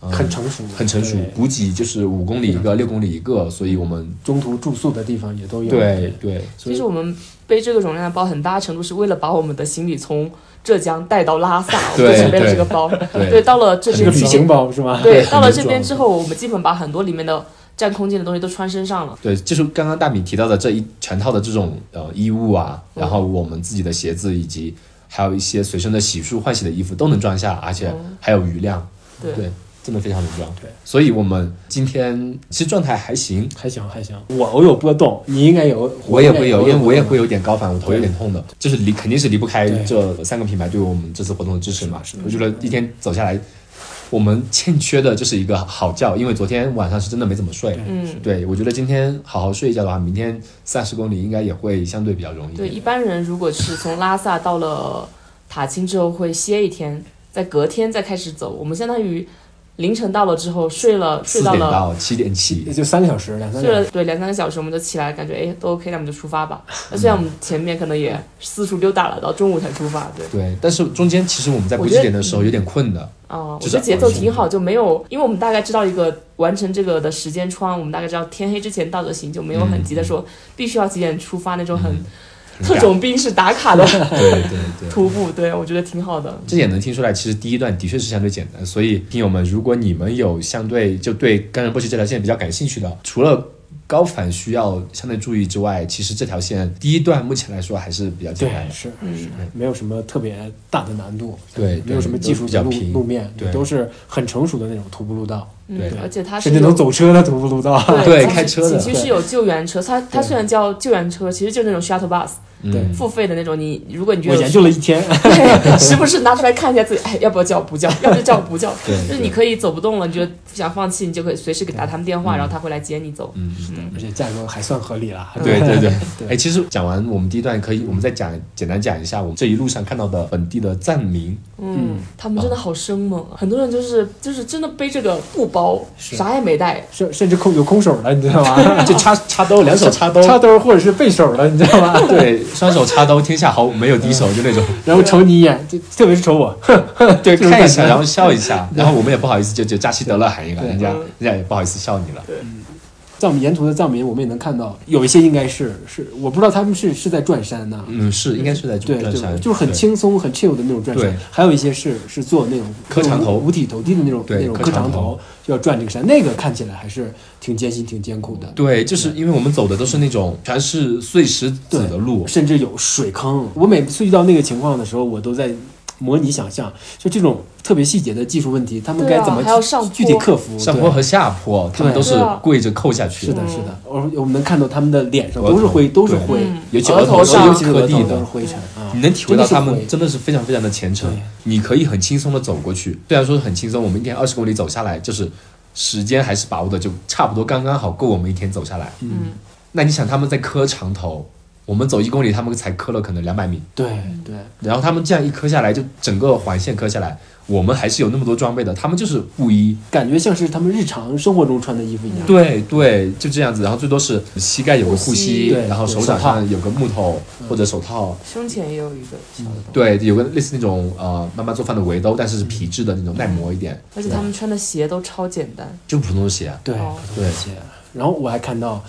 [SPEAKER 3] 呃
[SPEAKER 2] 很成熟，
[SPEAKER 3] 很成熟
[SPEAKER 2] 对，
[SPEAKER 3] 补给就是五公里一个，六公里一个，所以我们
[SPEAKER 2] 中途住宿的地方也都有。
[SPEAKER 3] 对，对
[SPEAKER 4] 其实我们背这个容量的包，很大程度是为了把我们的行李从浙江带到拉萨，我们
[SPEAKER 3] 对
[SPEAKER 4] 只背了
[SPEAKER 3] 对
[SPEAKER 4] 这个包。
[SPEAKER 3] 对
[SPEAKER 4] 对，到了这
[SPEAKER 2] 是
[SPEAKER 4] 边
[SPEAKER 2] 个
[SPEAKER 4] 之
[SPEAKER 2] 旅
[SPEAKER 4] 后
[SPEAKER 2] 行包是吧？
[SPEAKER 4] 对，
[SPEAKER 3] 对
[SPEAKER 4] 到了这
[SPEAKER 3] 很
[SPEAKER 4] 边
[SPEAKER 3] 重
[SPEAKER 4] 之后，我们基本把很多里面的占空间的东西都穿身上了。
[SPEAKER 3] 对，就是刚刚大米提到的这一全套的这种呃衣物啊，然后我们自己的鞋子以及还有一些随身的洗漱换洗的衣服都能装下，而且还有余量。
[SPEAKER 4] 对
[SPEAKER 3] 嗯对，真的非常能装。
[SPEAKER 2] 对，
[SPEAKER 3] 所以我们今天其实状态还行，
[SPEAKER 2] 还行还行，我偶有波动，你应该有，
[SPEAKER 3] 我也会有，因为我也
[SPEAKER 2] 波动
[SPEAKER 3] 会有点高反，我头有点痛的，就是离肯定是离不开
[SPEAKER 2] 对
[SPEAKER 3] 这三个品牌对我们这次活动的支持嘛。我觉得一天走下来，我们欠缺的就是一个好觉，因为昨天晚上是真的没怎么睡。
[SPEAKER 4] 嗯，
[SPEAKER 3] 对，我觉得今天好好睡一觉的话，明天三十公里应该也会相对比较容易。
[SPEAKER 4] 对，一般人如果是从拉萨到了塔青之后会歇一天，在隔天再开始走。我们相当于凌晨到了之后睡了，睡
[SPEAKER 3] 四
[SPEAKER 4] 到
[SPEAKER 3] 点
[SPEAKER 4] 了。
[SPEAKER 3] 到七点
[SPEAKER 2] 也
[SPEAKER 3] 起，
[SPEAKER 2] 就三个小时两三
[SPEAKER 4] 睡
[SPEAKER 2] 个小
[SPEAKER 4] 了
[SPEAKER 2] 时。
[SPEAKER 4] 对两三个小时，我们就起来，感觉哎都 OK，那我们就出发
[SPEAKER 3] 嗯
[SPEAKER 4] 吧。那虽然我们前面可能也四处溜达了，到中午才出发，对。
[SPEAKER 3] 对。但是中间其实我们在
[SPEAKER 4] 我
[SPEAKER 3] 补给
[SPEAKER 4] 觉得
[SPEAKER 3] 点的时候有点困
[SPEAKER 2] 嗯
[SPEAKER 3] 的，
[SPEAKER 4] 哦，我
[SPEAKER 3] 就
[SPEAKER 4] 觉得
[SPEAKER 3] 是
[SPEAKER 4] 节奏
[SPEAKER 3] 安全
[SPEAKER 4] 挺好，就没有，因为我们大概知道一个完成这个的时间窗，我们大概知道天黑之前到就行，就没有很急的
[SPEAKER 3] 嗯
[SPEAKER 4] 说必须要几点出发那种很
[SPEAKER 3] 很
[SPEAKER 4] 特
[SPEAKER 3] 赶
[SPEAKER 4] 种兵式打卡的
[SPEAKER 3] 对对对。
[SPEAKER 4] 徒步，对我觉得挺好的。
[SPEAKER 3] 这也能听出来，其实第一段的确是相对简单。所以听友们，如果你们有相对就对甘仁波奇这条线比较感兴趣的，除了高反需要相对注意之外，其实这条线第一段目前来说还是比较
[SPEAKER 2] 对
[SPEAKER 3] 简单，的。
[SPEAKER 2] 是
[SPEAKER 4] 嗯
[SPEAKER 2] 是，没有什么特别大的难度，
[SPEAKER 3] 对对
[SPEAKER 2] 没有什么技术
[SPEAKER 3] 都比较
[SPEAKER 2] 路
[SPEAKER 3] 平
[SPEAKER 2] 路面，
[SPEAKER 3] 对
[SPEAKER 2] 都是很成熟的那种徒步路道，
[SPEAKER 4] 嗯
[SPEAKER 3] 对，
[SPEAKER 4] 而且它是
[SPEAKER 2] 甚至
[SPEAKER 4] 有
[SPEAKER 2] 能走车的徒步路道。
[SPEAKER 3] 对
[SPEAKER 4] 它是
[SPEAKER 3] 开车的
[SPEAKER 4] 景区是有救援车，它它虽然叫救援车，其实就是那种 shuttle bus，
[SPEAKER 2] 对
[SPEAKER 3] 嗯
[SPEAKER 4] 付费的那种，你如果你觉
[SPEAKER 2] 我
[SPEAKER 4] 得
[SPEAKER 2] 研究了一天，
[SPEAKER 4] 对， 时不时拿出来看一下自己，哎，要不要叫？不叫，要不就叫不叫。
[SPEAKER 3] 对
[SPEAKER 4] 就是你可以走不动了，你觉得不想放弃，你就可以随时给打他们电话，
[SPEAKER 3] 嗯
[SPEAKER 4] 然后他会来接你走。
[SPEAKER 3] 嗯，
[SPEAKER 2] 而且价格还算合理了。
[SPEAKER 3] 对对对。
[SPEAKER 2] 对
[SPEAKER 3] 哎，其实讲完我们第一段，可以我们再讲简单讲一下我们这一路上看到的本地的 站名。
[SPEAKER 4] 嗯，他们真的好生猛，啊、很多人就是就是真的背这个布包，啥也没带，
[SPEAKER 2] 甚甚至空有空手的，你知道吗？
[SPEAKER 3] 就插插 兜，两手插兜，
[SPEAKER 2] 插啊兜或者是背手的，你知道吗？
[SPEAKER 3] 对，双手插兜，天下毫没有敌手，就那种，
[SPEAKER 2] 然后瞅你一眼，就特别是瞅我，
[SPEAKER 3] 对，
[SPEAKER 2] 这种
[SPEAKER 3] 看一下，
[SPEAKER 2] 感觉
[SPEAKER 3] 然后笑一下，然后我们也不好意思，就就扎西德勒喊一个，
[SPEAKER 2] 对
[SPEAKER 3] 人家
[SPEAKER 4] 嗯
[SPEAKER 3] 人家也不好意思笑你了，
[SPEAKER 2] 在我们沿途的藏民，我们也能看到有一些应该是是，我不知道他们是是在转山呢、
[SPEAKER 3] 嗯，是，应该是在
[SPEAKER 2] 对
[SPEAKER 3] 转
[SPEAKER 2] 对，
[SPEAKER 3] 山，
[SPEAKER 2] 就是很
[SPEAKER 3] 对，
[SPEAKER 2] 轻松、很 chill 的那种转山
[SPEAKER 3] 对，
[SPEAKER 2] 还有一些是是做那种
[SPEAKER 3] 磕长
[SPEAKER 2] 那
[SPEAKER 3] 头
[SPEAKER 2] 种五体投地的那种
[SPEAKER 3] 对
[SPEAKER 2] 那种
[SPEAKER 3] 磕
[SPEAKER 2] 磕
[SPEAKER 3] 长
[SPEAKER 2] 长
[SPEAKER 3] 头
[SPEAKER 2] 头，就要转这个山，那个看起来还是挺艰辛、挺艰苦的，
[SPEAKER 3] 对，就是因为我们走的都是那种全是碎石子的路，
[SPEAKER 2] 甚至有水坑。我每次遇到那个情况的时候，我都在模拟想象，就这种特别细节的技术问题，他们
[SPEAKER 4] 对啊
[SPEAKER 2] 该怎么
[SPEAKER 4] 还要上
[SPEAKER 2] 具体
[SPEAKER 4] 坡
[SPEAKER 2] 克服？
[SPEAKER 3] 上
[SPEAKER 2] 对
[SPEAKER 3] 坡和下坡，他们
[SPEAKER 2] 对
[SPEAKER 3] 都是
[SPEAKER 4] 对啊
[SPEAKER 3] 跪着扣下去
[SPEAKER 2] 是
[SPEAKER 3] 的，
[SPEAKER 2] 的，是的，我我们能看到他们的脸上
[SPEAKER 3] 额头
[SPEAKER 2] 都是灰，都是
[SPEAKER 3] 对
[SPEAKER 2] 灰，
[SPEAKER 4] 嗯
[SPEAKER 3] 尤其
[SPEAKER 4] 额
[SPEAKER 3] 额
[SPEAKER 4] 头
[SPEAKER 3] 头
[SPEAKER 4] 上
[SPEAKER 3] 尤
[SPEAKER 2] 尤
[SPEAKER 3] 其
[SPEAKER 2] 其
[SPEAKER 3] 是
[SPEAKER 2] 是
[SPEAKER 3] 磕
[SPEAKER 2] 额
[SPEAKER 3] 地
[SPEAKER 2] 头都是
[SPEAKER 3] 的。
[SPEAKER 2] 灰尘啊
[SPEAKER 3] 你。能体会到他
[SPEAKER 2] 真的
[SPEAKER 3] 们
[SPEAKER 2] 是会
[SPEAKER 3] 真的是非常非常的虔诚
[SPEAKER 2] 对，
[SPEAKER 3] 你可以很轻松的走过去。虽然说很轻松，我们一天二十公里走下来，就是时间还是把握的就差不多刚刚好够我们一天走下来。
[SPEAKER 4] 嗯，
[SPEAKER 3] 那你想他们在磕长头，我们走一公里，他们才磕了可能两百米，
[SPEAKER 2] 对对，
[SPEAKER 3] 然后他们这样一磕下来，就整个环线磕下来，我们还是有那么多装备的，他们就是布衣，
[SPEAKER 2] 感觉像是他们日常生活中穿的衣服一样。
[SPEAKER 3] 对对，就这样子，然后最多是膝盖有个护
[SPEAKER 4] 护
[SPEAKER 3] 膝，
[SPEAKER 4] 膝
[SPEAKER 2] 对
[SPEAKER 3] 然后手嗯掌上有个木头或者手套，
[SPEAKER 4] 胸前也有一个小的东西，
[SPEAKER 3] 嗯对，有个类似那种呃妈妈做饭的围兜，但是是皮质的那种，耐磨一点，
[SPEAKER 4] 而且他们穿的鞋都超简单，
[SPEAKER 3] 就普通的啊鞋。
[SPEAKER 2] 对
[SPEAKER 4] 哦
[SPEAKER 3] 对
[SPEAKER 2] 对。然后我还看到，呃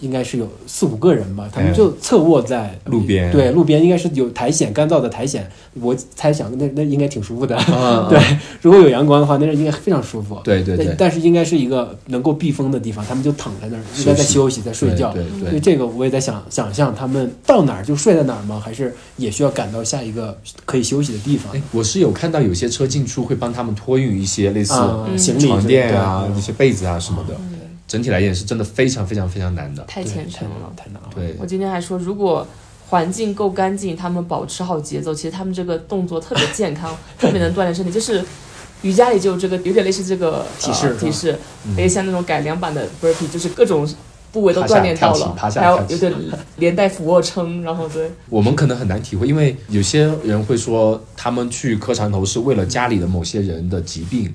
[SPEAKER 2] 应该是有四五个人吧，他
[SPEAKER 3] 哎
[SPEAKER 2] 们就侧卧在
[SPEAKER 3] 路边
[SPEAKER 2] 对，路边应该是有苔藓，干燥的苔藓。我猜想那那应该挺舒服的。
[SPEAKER 3] 嗯，
[SPEAKER 2] 对，如果有阳光的话，那应该非常舒服。
[SPEAKER 3] 对对对
[SPEAKER 2] 但但是应该是一个能够避风的地方，他们就躺在那儿，
[SPEAKER 3] 休息
[SPEAKER 2] 应该在休息，在睡觉。
[SPEAKER 3] 对
[SPEAKER 2] 所以
[SPEAKER 3] 对对，
[SPEAKER 2] 这个我也在想想象，他们到哪儿就睡在哪儿吗？还是也需要赶到下一个可以休息的地方
[SPEAKER 3] 哎？，我是有看到有些车进出会帮他们托运一些类似
[SPEAKER 2] 啊，
[SPEAKER 4] 嗯
[SPEAKER 2] 行李
[SPEAKER 3] 床垫啊、
[SPEAKER 2] 对
[SPEAKER 3] 一些被子啊什么的。整体来言是真的非常非常非常难的。
[SPEAKER 4] 太
[SPEAKER 2] 对
[SPEAKER 4] 虔诚了。
[SPEAKER 2] 太难了。
[SPEAKER 3] 对
[SPEAKER 4] 我今天还说，如果环境够干净，他们保持好节奏，其实他们这个动作特别健 康，特别能锻炼身体。就是瑜伽里就有这个，有点类似这个
[SPEAKER 2] 体式
[SPEAKER 4] 呃、
[SPEAKER 2] 是吧
[SPEAKER 4] 提示，
[SPEAKER 3] 嗯
[SPEAKER 4] 有点像那种改良版的 burpee，就是各种部位都锻炼到了，
[SPEAKER 3] 趴下
[SPEAKER 4] 还
[SPEAKER 3] 跳起
[SPEAKER 4] 有
[SPEAKER 3] 趴下跳起
[SPEAKER 4] 有点连带俯卧撑，然后 对，
[SPEAKER 3] 我们可能很难体会，因为有些人会说他们去磕长头是为了家里的某些人的疾病，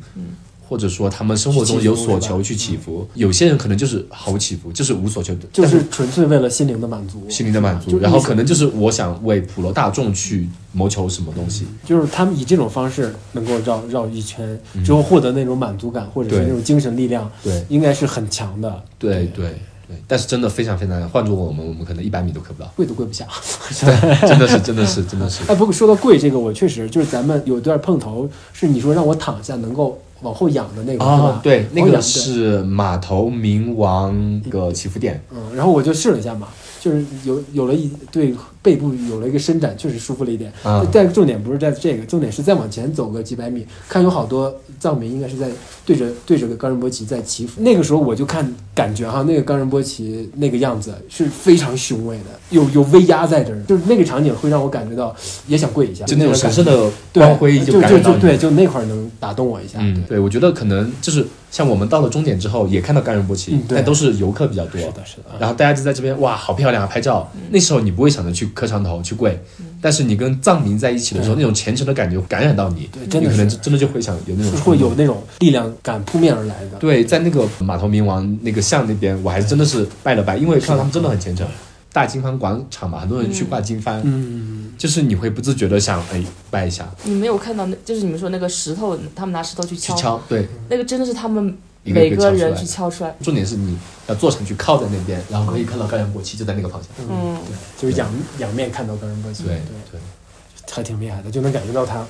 [SPEAKER 3] 或者说他们生活中有所求嗯去祈福。有些人可能就是毫无祈福，就是无所求，
[SPEAKER 2] 就
[SPEAKER 3] 但
[SPEAKER 2] 是纯粹为了心灵的满足，
[SPEAKER 3] 心灵的满
[SPEAKER 2] 就
[SPEAKER 3] 足，
[SPEAKER 2] 是
[SPEAKER 3] 然后可能就是我想为普罗大众去谋求什么东西。
[SPEAKER 2] 就是他们以这种方式能够绕绕一圈之后获得那种满足感，或者是
[SPEAKER 3] 嗯对
[SPEAKER 2] 那种精神力量，
[SPEAKER 3] 对
[SPEAKER 2] 应该是很强的，。
[SPEAKER 3] 对对对，但是真的非常非常难，换做我们，我们可能一百米都磕不到
[SPEAKER 2] 跪都跪不下。
[SPEAKER 3] 对， 真的是真的 是真的是，
[SPEAKER 2] 哎，不过说到跪这个，我确实就是咱们有一段碰头，是你说让我躺下能够往后仰的那个，是吧
[SPEAKER 3] 哦，？对，那
[SPEAKER 2] 我想
[SPEAKER 3] 个是码头冥王个祈福殿，
[SPEAKER 2] 嗯，然后我就试了一下嘛，就是有有了一对背部有了一个伸展，确实舒服了一点。
[SPEAKER 3] 啊
[SPEAKER 2] 但重点不是在这个，重点是再往前走个几百米，看有好多藏民应该是在对着对着个冈仁波齐在祈福。那个时候我就看感觉哈，那个冈仁波齐那个样子是非常雄伟的，有有威压在这儿，就是那个场景会让我感觉到也想跪一下，
[SPEAKER 3] 就那种神
[SPEAKER 2] 感
[SPEAKER 3] 圣
[SPEAKER 2] 觉。
[SPEAKER 3] 的
[SPEAKER 2] 对
[SPEAKER 3] 光辉
[SPEAKER 2] 就
[SPEAKER 3] 感染到
[SPEAKER 2] 就
[SPEAKER 3] 你。
[SPEAKER 2] 对，就那块儿能打动我一下。
[SPEAKER 3] 嗯，对，我觉得可能就是像我们到了终点之后，也看到冈仁波齐
[SPEAKER 2] 嗯，对
[SPEAKER 3] 但都是游客比较多
[SPEAKER 2] 对，。是的，是的。啊
[SPEAKER 3] 然后大家就在这边哇，好漂亮啊，拍照。
[SPEAKER 4] 嗯
[SPEAKER 3] 那时候你不会想着去磕长头去跪，但是你跟藏民在一起的时候，那种虔诚的感觉感染到你，
[SPEAKER 2] 对真的
[SPEAKER 3] 你可能
[SPEAKER 2] 是
[SPEAKER 3] 真的就会想有那种
[SPEAKER 2] 是会
[SPEAKER 3] 冲动
[SPEAKER 2] 有那种力量感扑面而来的。
[SPEAKER 3] 对，在那个码头冥王那个像那边，我还真的是拜了拜，因为看到他们真的很虔诚。大经幡广场嘛，很多人去挂经幡，
[SPEAKER 2] 嗯，
[SPEAKER 3] 就是你会不自觉的想哎拜一下，
[SPEAKER 4] 你没有看到那，就是你们说那个石头，他们拿石头去
[SPEAKER 3] 去
[SPEAKER 4] 敲，
[SPEAKER 3] 敲。对，
[SPEAKER 4] 那个真的是他们
[SPEAKER 3] 一个一
[SPEAKER 4] 每
[SPEAKER 3] 个
[SPEAKER 4] 个
[SPEAKER 3] 敲出
[SPEAKER 4] 人
[SPEAKER 3] 来
[SPEAKER 4] 去敲出来，
[SPEAKER 3] 重点是你要坐上去靠在那边，然后可以看到高阳国旗就在那个方向。
[SPEAKER 4] 嗯，
[SPEAKER 2] 就是仰仰面看到冈仁波齐，
[SPEAKER 3] 对
[SPEAKER 2] 对，
[SPEAKER 3] 对
[SPEAKER 2] 还挺厉害的，就能感觉到他，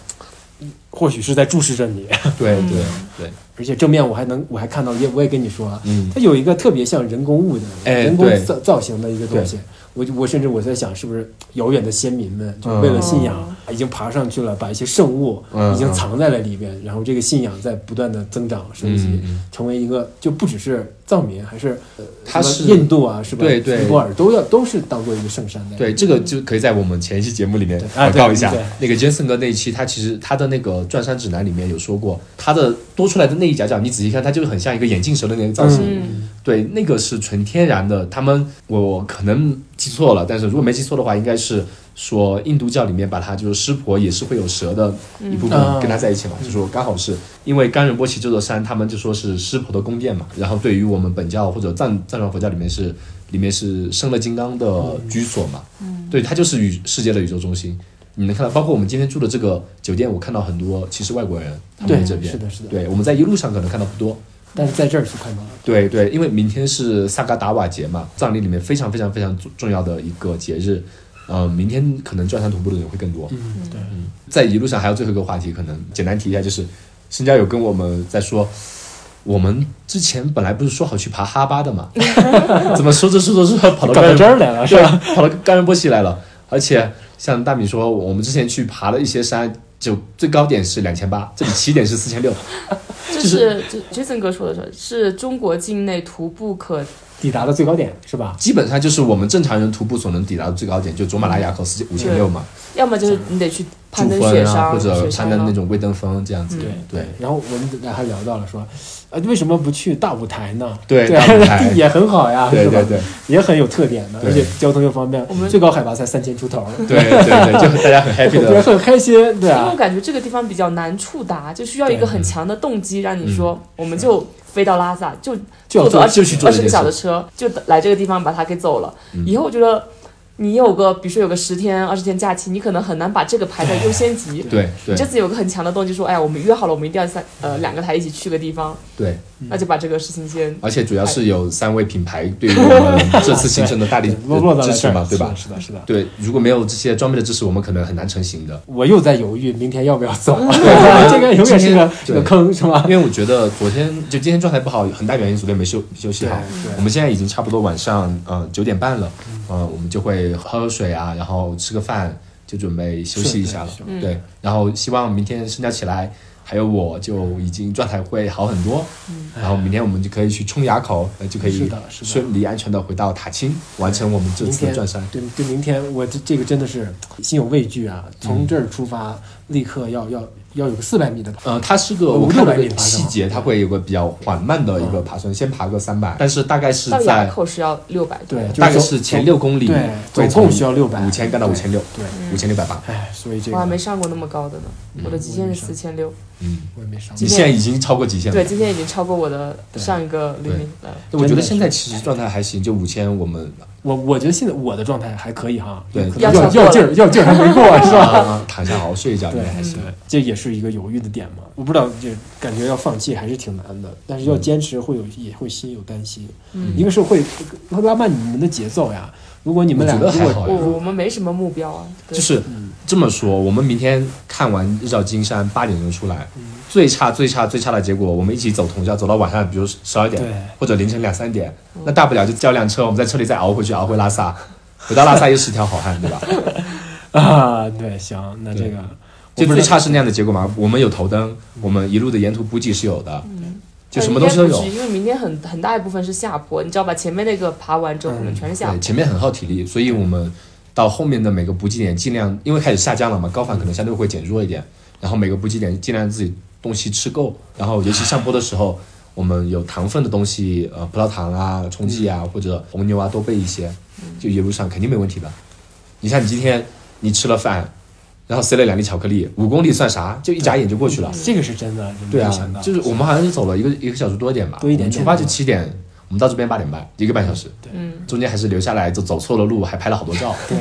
[SPEAKER 2] 嗯或许是在注视着你，
[SPEAKER 3] 对对对，
[SPEAKER 2] 而且正面我还能我还看到，也我也跟你说啊，
[SPEAKER 3] 嗯，
[SPEAKER 2] 它有一个特别像人工物的、
[SPEAKER 3] 哎
[SPEAKER 2] 人工
[SPEAKER 3] 对
[SPEAKER 2] 造造型的一个东西，我就我甚至我在想，是不是遥远的先民们就为了信仰已经爬上去了，把一些圣物
[SPEAKER 3] 嗯
[SPEAKER 2] 已经藏在了里边，然后这个信仰在不断的增长升级
[SPEAKER 3] 嗯，嗯
[SPEAKER 2] 成为一个就不只是藏民，还是呃
[SPEAKER 3] 它
[SPEAKER 2] 什
[SPEAKER 3] 是
[SPEAKER 2] 么印度啊，是吧？
[SPEAKER 3] 对对
[SPEAKER 2] 尼泊尔都要都是当做一个圣山在。
[SPEAKER 3] 对，这个就可以在我们前一期节目里面
[SPEAKER 2] 对啊
[SPEAKER 3] 广告一下
[SPEAKER 2] 对对。
[SPEAKER 3] 那个 Jason 哥那一期，他其实他的那个转山指南里面有说过，他的多出来的那一角角，你仔细看，它就很像一个眼镜蛇的那个造型。
[SPEAKER 4] 嗯
[SPEAKER 3] 对，那个是纯天然的。他们我我可能记错了，但是如果没记错的话，应该是说印度教里面把它就是湿婆也是会有蛇的一部分
[SPEAKER 2] 嗯
[SPEAKER 3] 跟他在一起嘛，就说刚好是因为甘仁波齐这座山，他们就说是湿婆的宫殿嘛。然后对于我们本教或者藏藏传佛教里面是里面是生了金刚的居所嘛，
[SPEAKER 2] 嗯
[SPEAKER 3] 对，它就是宇世界的宇宙中心。你能看到，包括我们今天住的这个酒店，我看到很多其实外国人他们
[SPEAKER 2] 对
[SPEAKER 3] 在这边，
[SPEAKER 2] 是的是的
[SPEAKER 3] 对，我们在一路上可能看到不多，
[SPEAKER 2] 但是在这儿是看到了。
[SPEAKER 3] 对对，因为明天是萨嘎达瓦节嘛，藏历里面非常非常非常重重要的一个节日。呃，明天可能转山徒步的人会更多。
[SPEAKER 2] 嗯，对，
[SPEAKER 3] 在一路上还有最后一个话题，可能简单提一下，就是新疆有跟我们在说，我们之前本来不是说好去爬哈巴 的嘛，怎么说着说着说着跑到
[SPEAKER 2] 搞
[SPEAKER 3] 甘
[SPEAKER 2] 到
[SPEAKER 3] 仁
[SPEAKER 2] 这儿来了是
[SPEAKER 3] 对
[SPEAKER 2] 吧？
[SPEAKER 3] 啊，跑到甘仁波齐来了。而且像大米说，我们之前去爬了一些山，就最高点是两千八，这里起点是四千六。
[SPEAKER 4] 这是这 Jason 哥说的是，是中国境内徒步可
[SPEAKER 2] 抵达了最高点是吧？
[SPEAKER 3] 基本上就是我们正常人徒步所能抵达的最高点，就卓玛拉雅口四五千六嘛，
[SPEAKER 4] 要么就是你得去攀
[SPEAKER 3] 珠
[SPEAKER 4] 登雪
[SPEAKER 3] 峰
[SPEAKER 4] 山，
[SPEAKER 3] 啊，或者
[SPEAKER 4] 雪
[SPEAKER 3] 攀
[SPEAKER 4] 山
[SPEAKER 3] 登
[SPEAKER 4] 啊
[SPEAKER 3] 那种卫登峰这样
[SPEAKER 2] 嗯
[SPEAKER 3] 子。嗯对
[SPEAKER 2] 然后我们还聊到了说，呃，为什么不去大舞台呢？
[SPEAKER 3] 对
[SPEAKER 2] 对
[SPEAKER 3] 大舞 台
[SPEAKER 2] 也很好呀，
[SPEAKER 3] 对
[SPEAKER 2] 是吧
[SPEAKER 3] 对？对
[SPEAKER 2] 也很有特点的，
[SPEAKER 3] 对
[SPEAKER 2] 而且交通又方便
[SPEAKER 4] 我，们
[SPEAKER 2] 最高海拔才三千出头，
[SPEAKER 3] 对对对，就很大家 很 happy
[SPEAKER 2] 对，
[SPEAKER 3] 的。
[SPEAKER 2] 很开心，对
[SPEAKER 4] 因为
[SPEAKER 2] 啊
[SPEAKER 4] 我，感觉这个地方比较难触达，就需要一个
[SPEAKER 2] 对
[SPEAKER 4] 很强的动机，让你说我们就飞到拉萨，就
[SPEAKER 2] 就要做
[SPEAKER 4] 坐坐二
[SPEAKER 3] 嗯啊就去做
[SPEAKER 4] 二
[SPEAKER 3] 这
[SPEAKER 4] 十个
[SPEAKER 3] 件事嗯
[SPEAKER 4] 小时的车，就来这个地方把它给走了。以后我觉得你有个，比如说有个十天、二十天假期，你可能很难把这个排在优先级。
[SPEAKER 3] 对
[SPEAKER 4] 你这
[SPEAKER 3] 对
[SPEAKER 4] 次有个很强的动机，说哎呀，我们约好了，我们一定要三呃两个台一起去个地方，
[SPEAKER 3] 对，
[SPEAKER 4] 那就把这个事情先
[SPEAKER 3] 而且主要是有三位品牌对于我们这次行程的大力
[SPEAKER 2] 落落到
[SPEAKER 3] 支
[SPEAKER 2] 了
[SPEAKER 3] 持
[SPEAKER 2] 这
[SPEAKER 3] 嘛
[SPEAKER 2] 儿，，
[SPEAKER 3] 对吧？
[SPEAKER 2] 是的，是的，是的。
[SPEAKER 3] 对，如果没有这些装备的支持，我们可能很难成行的。
[SPEAKER 2] 我又在犹豫明天要不要 走，这个永远是个
[SPEAKER 3] 今天
[SPEAKER 2] 是个坑，是吧？
[SPEAKER 3] 因为我觉得昨天就今天状态不好，很大原因昨天没休休息好
[SPEAKER 2] 对对。
[SPEAKER 3] 我们现在已经差不多晚上呃九点半了，呃，我们就会喝喝水啊，然后吃个饭，就准备休息一下了
[SPEAKER 2] 是。
[SPEAKER 4] 嗯
[SPEAKER 3] 对，然后希望明天升降起来，还有我就已经状态会好很多。然后明天我们就可以去冲垭口，呃就可
[SPEAKER 2] 嗯是
[SPEAKER 3] 以
[SPEAKER 2] 的是的
[SPEAKER 3] 顺利安全的回到塔青，完成我们这
[SPEAKER 2] 明
[SPEAKER 3] 次的
[SPEAKER 2] 天
[SPEAKER 3] 转山。
[SPEAKER 2] 对对，明天我这这个真的是心有畏惧啊！
[SPEAKER 3] 嗯
[SPEAKER 2] 从这儿出发，立刻要要要有个四百米的跑，
[SPEAKER 3] 呃，它是个
[SPEAKER 2] 呃
[SPEAKER 3] 我看了
[SPEAKER 2] 500米
[SPEAKER 3] 个
[SPEAKER 2] 爬嗯
[SPEAKER 3] 细
[SPEAKER 2] 升
[SPEAKER 3] 节，它会有个比较缓慢的一个爬升，先爬个三百，但是大概是
[SPEAKER 4] 到
[SPEAKER 3] 在
[SPEAKER 4] 垭口是要六百多。
[SPEAKER 2] 对，就
[SPEAKER 3] 大概
[SPEAKER 2] 走
[SPEAKER 3] 是前六公里
[SPEAKER 2] 对，
[SPEAKER 3] 会
[SPEAKER 2] 总
[SPEAKER 3] 从
[SPEAKER 2] 共需要600
[SPEAKER 3] 五千干到五
[SPEAKER 2] 对
[SPEAKER 3] 千六，
[SPEAKER 2] 对，
[SPEAKER 3] 五千六百八。
[SPEAKER 2] 哎，所以这
[SPEAKER 4] 我
[SPEAKER 2] 个
[SPEAKER 4] 还没上过那么高的呢，我的极限是四千六。
[SPEAKER 3] 嗯，
[SPEAKER 2] 我也没上
[SPEAKER 3] 你
[SPEAKER 4] 今
[SPEAKER 3] 现
[SPEAKER 4] 天
[SPEAKER 3] 在已经超过极限了。
[SPEAKER 4] 对，今天已经超过我的上一个黎明了。
[SPEAKER 3] 对，我觉
[SPEAKER 2] 真的
[SPEAKER 3] 得现在其实状态还行，就五千 我们
[SPEAKER 2] 我我觉得现在我的状态还可以哈，
[SPEAKER 3] 对
[SPEAKER 2] 可能
[SPEAKER 4] 要
[SPEAKER 2] 要
[SPEAKER 4] 超过
[SPEAKER 2] 要劲儿，要劲儿还没过是吧？
[SPEAKER 3] 啊躺下好好睡一觉应
[SPEAKER 2] 对
[SPEAKER 3] 该，还行。
[SPEAKER 2] 这也是一个犹豫的点嘛。我不知道，就感觉要放弃还是挺难的，但
[SPEAKER 3] 嗯
[SPEAKER 2] 是要坚持会有也会心有担心，
[SPEAKER 4] 嗯
[SPEAKER 2] 一个是会会拉慢你们的节奏呀。如果你们俩
[SPEAKER 3] 我
[SPEAKER 2] 如
[SPEAKER 3] 觉得还
[SPEAKER 2] 果
[SPEAKER 3] 好
[SPEAKER 4] 我
[SPEAKER 3] 呀，
[SPEAKER 4] 哦我们没什么目标啊，对
[SPEAKER 3] 就是
[SPEAKER 2] 嗯
[SPEAKER 3] 这么说，我们明天看完日照金山八点钟出来，
[SPEAKER 2] 嗯
[SPEAKER 3] 最差最差最差的结果，我们一起走通宵，走到晚上，比如十二点
[SPEAKER 2] 对嗯
[SPEAKER 3] 或者凌晨两三点，那大不了就叫辆车，我们在车里再熬回去，熬回拉萨，回到拉萨又是条好汉，对吧？
[SPEAKER 2] 啊，对，行，那这
[SPEAKER 3] 对
[SPEAKER 2] 个
[SPEAKER 3] 就
[SPEAKER 2] 我不
[SPEAKER 3] 最
[SPEAKER 2] 知道
[SPEAKER 3] 差是那样的结果嘛。我们有头灯，我们一路的沿途补给是有的，就什么东
[SPEAKER 4] 但
[SPEAKER 3] 西
[SPEAKER 4] 是
[SPEAKER 3] 都
[SPEAKER 4] 嗯呃应该
[SPEAKER 3] 有
[SPEAKER 4] 不。是因为明天很很大一部分是下坡，你知道吧？前面那个爬完之后，可能全是下坡
[SPEAKER 3] 嗯对，。前面很耗体力，所以我们到后面的每个补给点尽量，因为开始下降了嘛，高反可能相对会减弱一点，然后每个补给点尽量自己东西吃够，然后尤其上坡的时候，我们有糖分的东西，呃，葡萄糖啊、冲剂
[SPEAKER 4] 嗯
[SPEAKER 3] 啊、或者红牛啊多备一些，就一路上肯定没问题的。你像你今天你吃了饭，然后塞了两粒巧克力，五公里算啥？就一眨眼就过去了。
[SPEAKER 2] 嗯这个是真的，真的
[SPEAKER 3] 对
[SPEAKER 2] 没
[SPEAKER 3] 啊
[SPEAKER 2] 想到，
[SPEAKER 3] 就是我们好像是走了一个一个小时多一点吧，
[SPEAKER 2] 多一点点
[SPEAKER 3] 我们出发就七点，我们到这边八点半，一个半小时，
[SPEAKER 4] 嗯，
[SPEAKER 3] 中间还是留下来就走错了路，还拍了好多 照。
[SPEAKER 2] 对，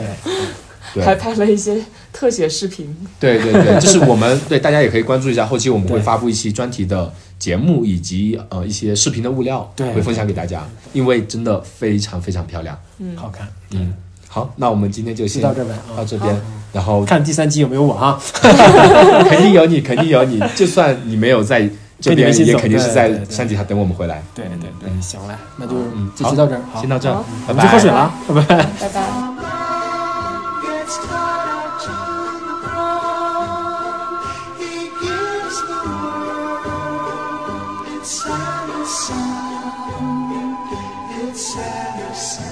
[SPEAKER 3] 对
[SPEAKER 4] 还拍了一些特写视频。
[SPEAKER 3] 对对对，就是我们对大家也可以关注一下，后期我们会发布一期专题的节目以及呃一些视频的物料，
[SPEAKER 2] 对
[SPEAKER 3] 会分享给大家，因为真的非常非常漂亮。
[SPEAKER 2] 好看，
[SPEAKER 3] 嗯，好，那我们今天就
[SPEAKER 2] 就
[SPEAKER 3] 先
[SPEAKER 2] 到这呗啊
[SPEAKER 3] 到这边，然后
[SPEAKER 2] 看第三集有没有我啊？
[SPEAKER 3] 肯定有你，肯定有你。就算你没有在这
[SPEAKER 2] 跟你们
[SPEAKER 3] 边
[SPEAKER 2] 一起
[SPEAKER 3] 也
[SPEAKER 2] 走
[SPEAKER 3] 肯定是
[SPEAKER 2] 对
[SPEAKER 3] 在
[SPEAKER 2] 对对
[SPEAKER 3] 山底下等我们回来。
[SPEAKER 2] 对对对，行嘞，那就
[SPEAKER 3] 嗯
[SPEAKER 2] 这期到这儿，好
[SPEAKER 3] 先到这儿
[SPEAKER 2] 我
[SPEAKER 4] 好，
[SPEAKER 3] 拜
[SPEAKER 2] 们
[SPEAKER 3] 拜。
[SPEAKER 2] 去喝水了啊，拜拜。
[SPEAKER 4] 拜拜。
[SPEAKER 5] Gets caught our children He gives the world its saddest sound, its saddest sound.